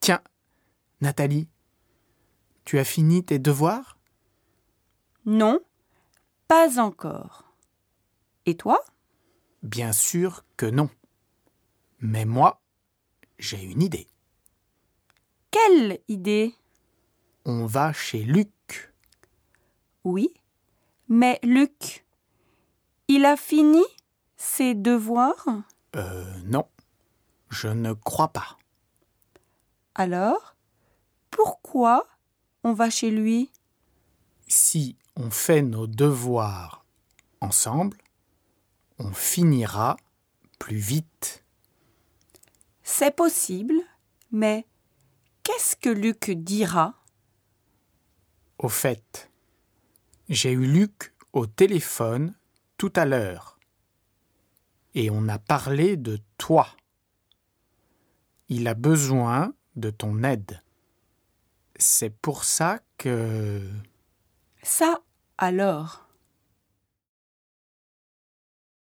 Tiens, Nathalie, tu as fini tes devoirs Non, pas encore. Et toi Bien sûr que non. Mais moi, j'ai une idée. Quelle idée On va chez Luc. Oui, mais Luc, il a fini ses devoirs Euh, non, je ne crois pas. Alors, pourquoi on va chez lui Si on fait nos devoirs ensemble, on finira plus vite. C'est possible, mais qu'est-ce que Luc dira Au fait, j'ai eu Luc au téléphone tout à l'heure. Et on a parlé de toi. Il a besoin de ton aide. C'est pour ça que... Ça alors